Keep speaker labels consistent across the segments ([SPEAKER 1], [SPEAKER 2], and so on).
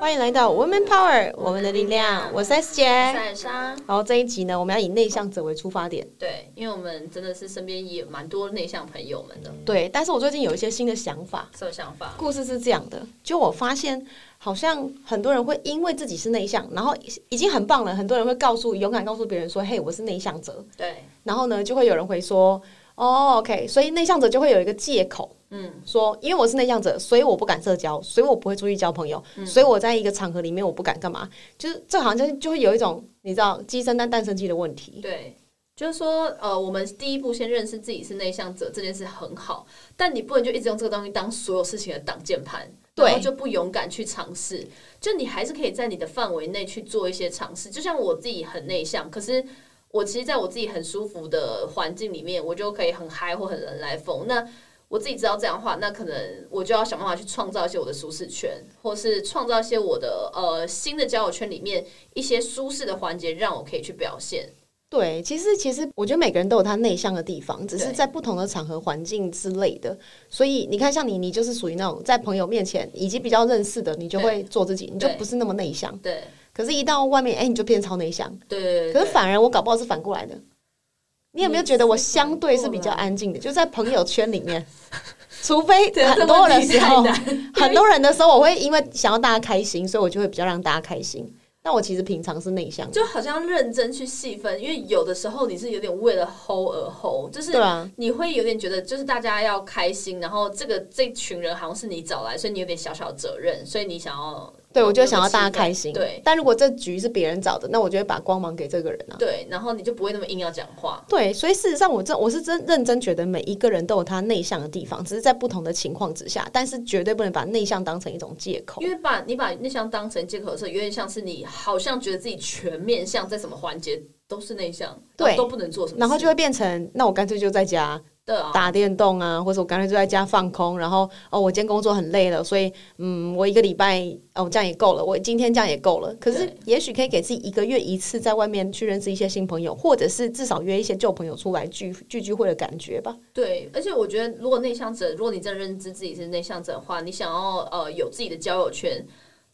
[SPEAKER 1] 欢迎来到 Women Power，我们的力量。我是 S 姐。
[SPEAKER 2] 晒伤，
[SPEAKER 1] 然后这一集呢，我们要以内向者为出发点。
[SPEAKER 2] 对，因为我们真的是身边也蛮多内向朋友们的，
[SPEAKER 1] 对，但是我最近有一些新的想法。
[SPEAKER 2] 什么想法？
[SPEAKER 1] 故事是这样的，就我发现，好像很多人会因为自己是内向，然后已经很棒了，很多人会告诉勇敢告诉别人说：“嘿，我是内向者。
[SPEAKER 2] 对，”
[SPEAKER 1] 然后呢，就会有人会说：“哦，OK。”所以内向者就会有一个借口，
[SPEAKER 2] 嗯，
[SPEAKER 1] 说因为我是内向者，所以我不敢社交，所以我不会出去交朋友，
[SPEAKER 2] 嗯
[SPEAKER 1] 所以我在一个场合里面我不敢干嘛，就是这好像就会有一种你知道鸡生蛋蛋生鸡的问题。
[SPEAKER 2] 对，就是说，呃，我们第一步先认识自己是内向者这件事很好，但你不能就一直用这个东西当所有事情的挡箭盘。
[SPEAKER 1] 对
[SPEAKER 2] 然后就不勇敢去尝试，就你还是可以在你的范围内去做一些尝试。就像我自己很内向，可是我其实在我自己很舒服的环境里面，我就可以很嗨或很人来疯。那我自己知道这样的话，那可能我就要想办法去创造一些我的舒适圈，或是创造一些我的呃新的交友圈里面一些舒适的环节，让我可以去表现。
[SPEAKER 1] 对，其实其实我觉得每个人都有他内向的地方，只是
[SPEAKER 2] 对
[SPEAKER 1] 在不同的场合、环境之类的。所以你看，像你，你就是属于那种在朋友面前以及比较认识的，你就会做自己，你就
[SPEAKER 2] 对
[SPEAKER 1] 不是那么内向。
[SPEAKER 2] 对
[SPEAKER 1] 可是，一到外面，哎，你就变超内向。
[SPEAKER 2] 对对对
[SPEAKER 1] 可
[SPEAKER 2] 对
[SPEAKER 1] 是反而我搞不好是反过来的。你有没有觉得我相对是比较安静的？就在朋友圈里 面，除非
[SPEAKER 2] 对
[SPEAKER 1] 很多人的时候
[SPEAKER 2] 这个问，题太难
[SPEAKER 1] 很多人的时候，我会因为想要大家开心，所以我就会比较让大家开心。但我其实平常是内向的，
[SPEAKER 2] 就好像认真去细分，因为有的时候你是有点为了 hold 而 hold，就是
[SPEAKER 1] 对啊，
[SPEAKER 2] 你会有点觉得就是大家要开心，然后这个这群人好像是你找来，所以你有点小小的责任，所以你想要
[SPEAKER 1] 对我就
[SPEAKER 2] 有
[SPEAKER 1] 想要
[SPEAKER 2] 个气氛
[SPEAKER 1] 大家开心。
[SPEAKER 2] 对
[SPEAKER 1] 但如果这局是别人找的，那我就会把光芒给这个人啊。
[SPEAKER 2] 对，然后你就不会那么硬要讲话。
[SPEAKER 1] 对，所以事实上，我真我是真认真觉得每一个人都有他内向的地方，只是在不同的情况之下，但是绝对不能把内向当成一种借口。
[SPEAKER 2] 因为把你把内向当成借口的时候，有点像是你好像觉得自己全面向，在什么环节都是内向，
[SPEAKER 1] 对
[SPEAKER 2] 然后都不能做什么事，
[SPEAKER 1] 然后就会变成，那我干脆就在家
[SPEAKER 2] 对啊，
[SPEAKER 1] 打电动啊，或者我干脆就在家放空，然后哦，我今天工作很累了，所以嗯，我一个礼拜哦这样也够了，我今天这样也够了。可是
[SPEAKER 2] 对
[SPEAKER 1] 也许可以给自己一个月一次在外面去认识一些新朋友，或者是至少约一些旧朋友出来聚聚聚会的感觉吧。
[SPEAKER 2] 对，而且我觉得，如果内向者，如果你真的认知自己是内向者的话，你想要呃有自己的交友圈，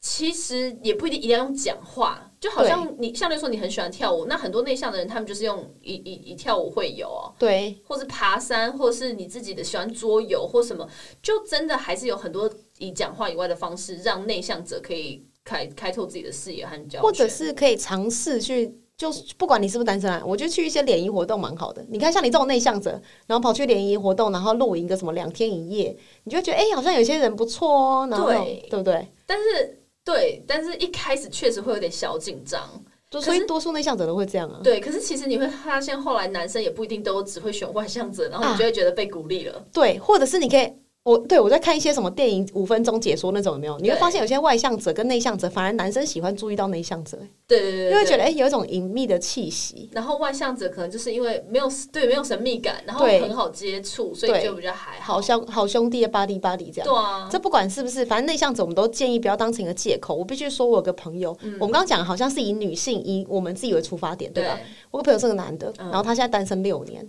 [SPEAKER 2] 其实也不一定一定要用讲话，就好像你像例如说你很喜欢跳舞，那很多内向的人他们就是用以以以跳舞会友哦，
[SPEAKER 1] 对
[SPEAKER 2] 或是爬山，或是你自己的喜欢桌游或什么，就真的还是有很多以讲话以外的方式，让内向者可以开开拓自己的视野和交友圈，
[SPEAKER 1] 或者是可以尝试去。就是不管你是不是单身啊，我觉得去一些联谊活动蛮好的。你看，像你这种内向者，然后跑去联谊活动，然后露营个什么两天一夜，你就会觉得哎、好像有些人不错哦，然后
[SPEAKER 2] 对
[SPEAKER 1] 对不对？
[SPEAKER 2] 但是对，但是一开始确实会有点小紧张。
[SPEAKER 1] 就
[SPEAKER 2] 可
[SPEAKER 1] 所以多数内向者都会这样啊。
[SPEAKER 2] 对，可是其实你会发现，后来男生也不一定都只会选外向者，然后你就会觉得被鼓励了。
[SPEAKER 1] 对，或者是你可以，我对我在看一些什么电影五分钟解说那种，有没有？你会
[SPEAKER 2] 对
[SPEAKER 1] 发现有些外向者跟内向者，反而男生喜欢注意到内向者，
[SPEAKER 2] 对对对对
[SPEAKER 1] 因为觉得哎、诶有一种隐秘的气息。
[SPEAKER 2] 然后外向者可能就是因为没有对没有神秘感，然后
[SPEAKER 1] 对
[SPEAKER 2] 很好接触，所以
[SPEAKER 1] 对
[SPEAKER 2] 就比较还哎好。
[SPEAKER 1] 好像好兄弟的巴黎巴黎这样。
[SPEAKER 2] 对啊，
[SPEAKER 1] 这不管是不是，反正内向者我们都建议不要当成一个借口。我必须说，我有个朋友，
[SPEAKER 2] 嗯
[SPEAKER 1] 我们刚刚讲好像是以女性以我们自己为出发点，对
[SPEAKER 2] 对
[SPEAKER 1] 吧？我有个朋友是个男的，
[SPEAKER 2] 嗯
[SPEAKER 1] 然后他现在单身六年。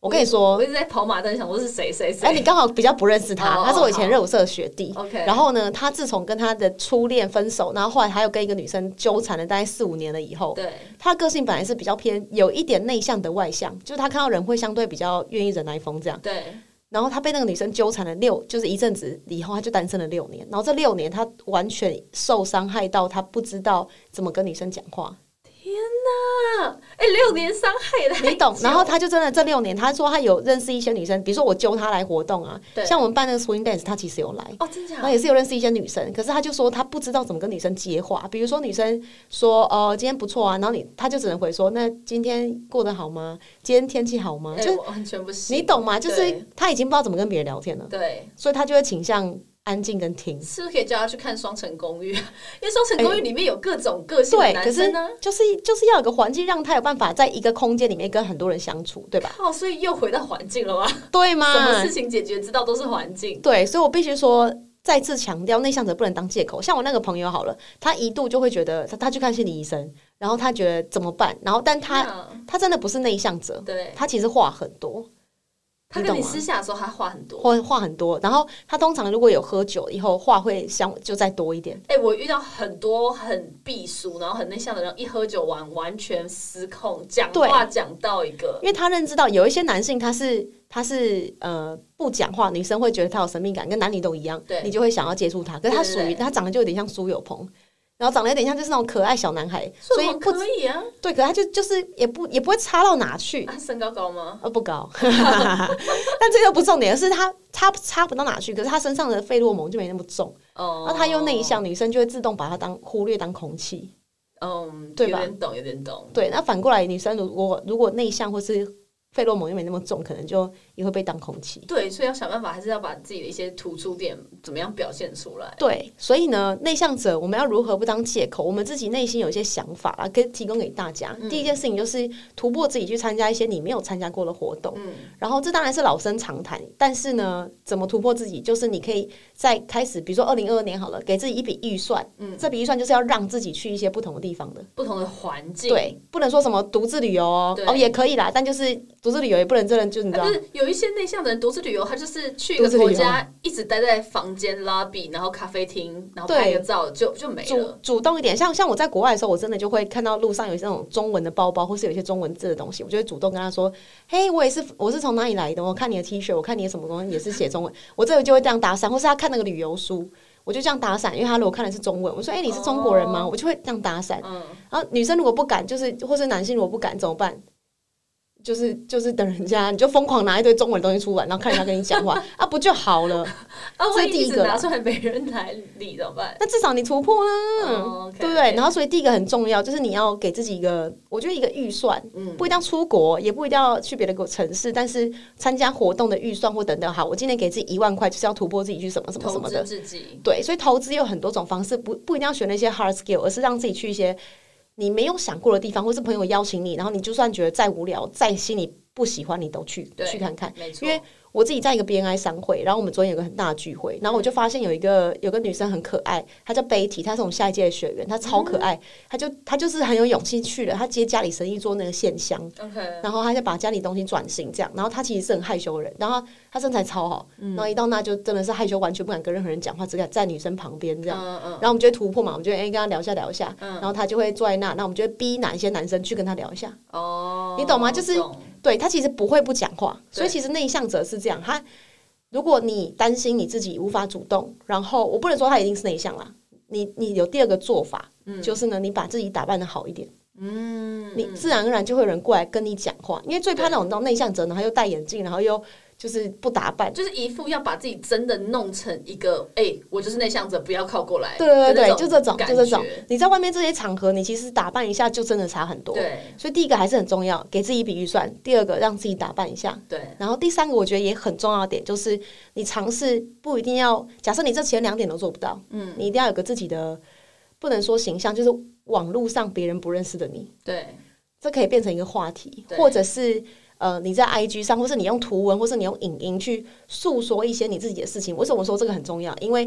[SPEAKER 1] 我跟你说
[SPEAKER 2] 我，一直在跑马灯，想说是谁谁谁。
[SPEAKER 1] 哎，你刚好比较不认识他，
[SPEAKER 2] 哦
[SPEAKER 1] 他是我以
[SPEAKER 2] 好
[SPEAKER 1] 前热舞社的学弟。
[SPEAKER 2] OK，
[SPEAKER 1] 然后呢，他自从跟他的初恋分手，然后后来还有跟一个女生纠缠了大概四五年了以后，
[SPEAKER 2] 对
[SPEAKER 1] 他的个性本来是比较偏有一点内向的外向，就是他看到人会相对比较愿意人来疯这样。
[SPEAKER 2] 对
[SPEAKER 1] 然后他被那个女生纠缠了六，就是一阵子以后，他就单身了六年。然后这六年他完全受伤害到他不知道怎么跟女生讲 话，
[SPEAKER 2] 啊，哎，六年伤害了，
[SPEAKER 1] 你懂？然后他就真的这六年，他说他有认识一些女生，比如说我揪他来活动啊，
[SPEAKER 2] 对
[SPEAKER 1] 像我们办那个 swing dance，他其实有来。
[SPEAKER 2] 哦，真假
[SPEAKER 1] 然后？也是有认识一些女生，可是他就说他不知道怎么跟女生接话，比如说女生说呃今天不错啊，然后你他就只能回说那今天过得好吗？今天天气好吗？
[SPEAKER 2] 哎，
[SPEAKER 1] 就
[SPEAKER 2] 我完全不行。
[SPEAKER 1] 你懂吗？就是
[SPEAKER 2] 对
[SPEAKER 1] 他已经不知道怎么跟别人聊天了，
[SPEAKER 2] 对，
[SPEAKER 1] 所以他就会倾向安静跟听。
[SPEAKER 2] 是不是可以叫他去看《双城公寓》？ 因为《双城公寓》里面有各种个性的
[SPEAKER 1] 哎对，可
[SPEAKER 2] 男
[SPEAKER 1] 是
[SPEAKER 2] 生呢。
[SPEAKER 1] 就是就是要有个环境让他有办法在一个空间里面跟很多人相处，对吧？
[SPEAKER 2] 哦，所以又回到环境了吗？
[SPEAKER 1] 对
[SPEAKER 2] 什么
[SPEAKER 1] 吗
[SPEAKER 2] 事？情解决之道都是环境。
[SPEAKER 1] 对，所以我必须说。再次强调，内向者不能当借口。像我那个朋友好了，他一度就会觉得他他去看心理医生，然后他觉得怎么办？然后但他
[SPEAKER 2] 天哪
[SPEAKER 1] 他真的不是内向者，
[SPEAKER 2] 对
[SPEAKER 1] 他其实话很多，
[SPEAKER 2] 他
[SPEAKER 1] 你
[SPEAKER 2] 跟
[SPEAKER 1] 懂
[SPEAKER 2] 你
[SPEAKER 1] 吗
[SPEAKER 2] 私下的时候，他话很多。
[SPEAKER 1] 或话很多，然后他通常如果有喝酒以后，话会相就再多一点。
[SPEAKER 2] 哎、我遇到很多很避俗，然后很内向的人，一喝酒完完全失控，讲
[SPEAKER 1] 对
[SPEAKER 2] 话讲到一个
[SPEAKER 1] 因为他认知到有一些男性他是他是呃不讲话，女生会觉得他有神秘感，跟男女都一样，
[SPEAKER 2] 对
[SPEAKER 1] 你就会想要接触他。可是他
[SPEAKER 2] 对
[SPEAKER 1] 属
[SPEAKER 2] 对
[SPEAKER 1] 于
[SPEAKER 2] 对
[SPEAKER 1] 他长得就有点像苏有朋，然后长得有点像就是那种可爱小男孩，所以
[SPEAKER 2] 我
[SPEAKER 1] 不
[SPEAKER 2] 可以啊，
[SPEAKER 1] 对，可他就就是也不也不会差到哪去。
[SPEAKER 2] 他身高 高吗？
[SPEAKER 1] 呃，不高，但这又不重点，而是他差差不到哪去。可是他身上的费洛蒙就没那么重，
[SPEAKER 2] 哦
[SPEAKER 1] 然后他又内，向，女生就会自动把他当忽略当空气。
[SPEAKER 2] 嗯，
[SPEAKER 1] 对
[SPEAKER 2] 有
[SPEAKER 1] 吧
[SPEAKER 2] 点懂，有点懂。
[SPEAKER 1] 对，那反过来，女生如果如果内向或是费洛蒙又没那么重，可能就也会被当空气。
[SPEAKER 2] 对，所以要想办法，还是要把自己的一些突出点怎么样表现出来。
[SPEAKER 1] 对，所以呢，内向者我们要如何不当借口？我们自己内心有一些想法啦，可以提供给大家。第一件事情就是突破自己，去参加一些你没有参加过的活动。
[SPEAKER 2] 嗯，
[SPEAKER 1] 然后这当然是老生常谈，但是呢，怎么突破自己？就是你可以在开始，比如说二零二二年好了，给自己一笔预算。嗯，这笔预算就是要让自己去一些不同的地方的。
[SPEAKER 2] 不同的环境，
[SPEAKER 1] 对，不能说什么独自旅游哦，
[SPEAKER 2] 对
[SPEAKER 1] 哦也可以啦，但就是独自旅游也不能真的就你知
[SPEAKER 2] 啊，
[SPEAKER 1] 道
[SPEAKER 2] 不。是有一些内向的人独自旅游，他就是去一个
[SPEAKER 1] 独自
[SPEAKER 2] 国
[SPEAKER 1] 旅游
[SPEAKER 2] 家，一直待在房间 lobby，然后咖啡厅，然后
[SPEAKER 1] 对
[SPEAKER 2] 拍个照就就没
[SPEAKER 1] 主
[SPEAKER 2] 了。
[SPEAKER 1] 主动一点，像像我在国外的时候，我真的就会看到路上有那种中文的包包，或是有一些中文字的东西，我就会主动跟他说：“嘿，我也是，我是从哪里来的？我看你的 T 恤，我看你的什么东西也是写中文。”我这个就会这样搭讪，或是他看那个旅游书，我就这样搭讪，因为他如果看的是中文，我说：“哎、你是中国人吗？”我就会这样搭讪。
[SPEAKER 2] 嗯，
[SPEAKER 1] 然啊后女生如果不敢，就是或是男性如果不敢怎么办？就是就是等人家，你就疯狂拿一堆中文的东西出来，然后看人家跟你讲话啊，不就好了？
[SPEAKER 2] 啊，
[SPEAKER 1] 这
[SPEAKER 2] 万
[SPEAKER 1] 是
[SPEAKER 2] 一
[SPEAKER 1] 第一
[SPEAKER 2] 一直
[SPEAKER 1] 个
[SPEAKER 2] 拿
[SPEAKER 1] 啦
[SPEAKER 2] 出来没人来理怎么办？
[SPEAKER 1] 那至少你突破啦。
[SPEAKER 2] 嗯，
[SPEAKER 1] 对不对？然
[SPEAKER 2] 后
[SPEAKER 1] 后所以第一个很重要，就是你要给自己一个，我觉得一个预算，
[SPEAKER 2] 嗯，
[SPEAKER 1] 不一定要出国，也不一定要去别的国城市，但是参加活动的预算或等等，好，我今天给自己一万块，就是要突破自己去什么什么什
[SPEAKER 2] 投
[SPEAKER 1] 么
[SPEAKER 2] 资
[SPEAKER 1] 的。
[SPEAKER 2] 自己，
[SPEAKER 1] 对，所以投资有很多种方式，不不一定要学那些 hard skill，而是让自己去一些你没有想过的地方，或是朋友邀请你，然后你就算觉得再无聊、再心里不喜欢，你都去
[SPEAKER 2] 对
[SPEAKER 1] 去看看。
[SPEAKER 2] 没错，
[SPEAKER 1] 因为我自己在一个 BNI 商会，然后我们昨天有个很大的聚会，然后我就发现有一个有个女生很可爱，她叫 Betty，她是我们下一届的学员，她超可爱，她就她就是很有勇气去了，她接家里生意做那个线香，
[SPEAKER 2] OK，嗯
[SPEAKER 1] 然后她就把家里东西转型这样，然后她其实是很害羞的人，然后她身材超好，然后一到那就真的是害羞，完全不敢跟任何人讲话，只敢在女生旁边这样。
[SPEAKER 2] 嗯嗯，
[SPEAKER 1] 然后我们就会突破嘛，我们就会哎、跟她聊一下聊一下，然后她就会坐在那，那我们就会逼哪一些男生去跟她聊一下，
[SPEAKER 2] 哦，
[SPEAKER 1] 你懂吗就是
[SPEAKER 2] 懂
[SPEAKER 1] 对他其实不会不讲话，
[SPEAKER 2] 对
[SPEAKER 1] 所以其实内向者是这样。他如果你担心你自己无法主动，然后我不能说他一定是内向啦，你你有第二个做法，就是呢，你把自己打扮的好一点，
[SPEAKER 2] 嗯，
[SPEAKER 1] 你自然而然就会有人过来跟你讲话。因为最怕
[SPEAKER 2] 对
[SPEAKER 1] 那种那种内向者，然后又戴眼镜，然后又就是不打扮。
[SPEAKER 2] 就是一副要把自己真的弄成一个，哎、我就是内向者，不要靠过来。
[SPEAKER 1] 对对对
[SPEAKER 2] 的
[SPEAKER 1] 对，就这种
[SPEAKER 2] 感
[SPEAKER 1] 就这种
[SPEAKER 2] 觉，
[SPEAKER 1] 你在外面这些场合，你其实打扮一下就真的差很多。
[SPEAKER 2] 对
[SPEAKER 1] 所以第一个还是很重要，给自己一笔预算；第二个让自己打扮一下，
[SPEAKER 2] 对，
[SPEAKER 1] 然后第三个我觉得也很重要的点就是，你尝试不一定要，假设你这前两点都做不到，嗯，你一定要有个自己的，不能说形象，就是网络上别人不认识的你，
[SPEAKER 2] 对，
[SPEAKER 1] 这可以变成一个话题，
[SPEAKER 2] 对
[SPEAKER 1] 或者是呃你在 IG 上，或是你用图文，或是你用影音去诉说一些你自己的事情。为什么说这个很重要？因为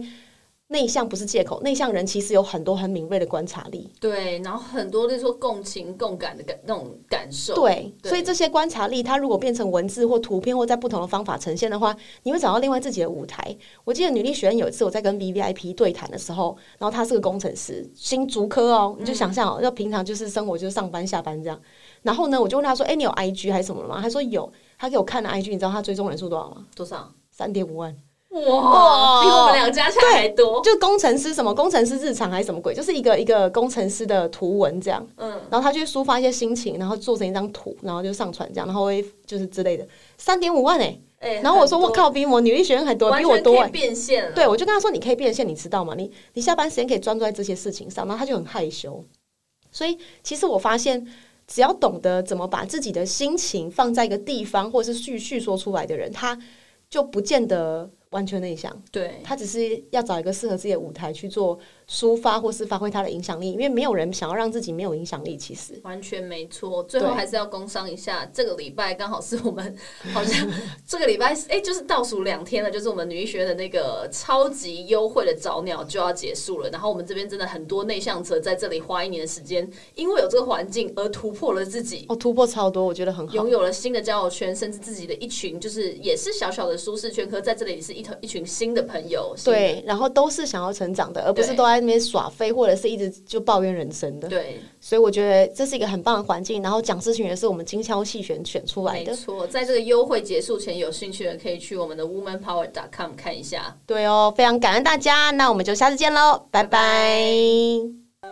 [SPEAKER 1] 内向不是借口，内向人其实有很多很敏锐的观察力，
[SPEAKER 2] 对，然后很多就是说共情、共感的感那种感受，
[SPEAKER 1] 对，
[SPEAKER 2] 对
[SPEAKER 1] 所以这些观察力，它如果变成文字或图片，或在不同的方法呈现的话，你会找到另外自己的舞台。我记得女力学院有一次我在跟 V V I P 对谈的时候，然后她是个工程师，新竹科哦，你就想象哦，就平常就是生活就是上班下班这样。然后呢，我就问她说：“哎、你有 I G 还是什么了吗？”她说有，她给我看了 I G，你知道她追踪人数多少吗？
[SPEAKER 2] 多少？
[SPEAKER 1] 三点五万，
[SPEAKER 2] 哇，比我们两家加起来还多。
[SPEAKER 1] 就工程师什么工程师日常还是什么鬼，就是一个一个工程师的图文这样。
[SPEAKER 2] 嗯，
[SPEAKER 1] 然后他去抒发一些心情，然后做成一张图，然后就上传这样，然后会就是之类的，三点五万哎、
[SPEAKER 2] 哎、
[SPEAKER 1] 然后我说
[SPEAKER 2] 很
[SPEAKER 1] 我
[SPEAKER 2] 多，
[SPEAKER 1] 靠，比我女力学院还多，
[SPEAKER 2] 完
[SPEAKER 1] 比
[SPEAKER 2] 全
[SPEAKER 1] 我多
[SPEAKER 2] 可
[SPEAKER 1] 哎、
[SPEAKER 2] 以变现了。
[SPEAKER 1] 对，我就跟他说，你可以变现，你知道吗？你你下班时间可以专注在这些事情上，然后他就很害羞。所以其实我发现，只要懂得怎么把自己的心情放在一个地方，或者是叙叙说出来的人，他就不见得完全内向，
[SPEAKER 2] 对，
[SPEAKER 1] 他只是要找一个适合自己的舞台去做抒发，或是发挥他的影响力，因为没有人想要让自己没有影响力。其实，
[SPEAKER 2] 完全没错。最后还是要工商一下，这个礼拜刚好是我们 好像这个礼拜哎、就是倒数两天了，就是我们女医学院的那个超级优惠的早鸟就要结束了。然后我们这边真的很多内向者在这里花一年的时间，因为有这个环境而突破了自己。
[SPEAKER 1] 哦，突破超多，我觉得很好。
[SPEAKER 2] 拥有了新的交友圈，甚至自己的一群，就是也是小小的舒适圈，可是在这里是一头一群新的朋友。新的
[SPEAKER 1] 对，然后都是想要成长的，而不是
[SPEAKER 2] 对
[SPEAKER 1] 都在那边耍飞，或者是一直就抱怨人生的。
[SPEAKER 2] 对，
[SPEAKER 1] 所以我觉得这是一个很棒的环境。然后讲师群也是我们精挑细选选出来
[SPEAKER 2] 没
[SPEAKER 1] 的。
[SPEAKER 2] 错，在这个优惠结束前，有兴趣的可以去我们的 womanpower.com 看一下。
[SPEAKER 1] 对哦，非常感恩大家，那我们就下次见喽，拜
[SPEAKER 2] 拜拜
[SPEAKER 1] 拜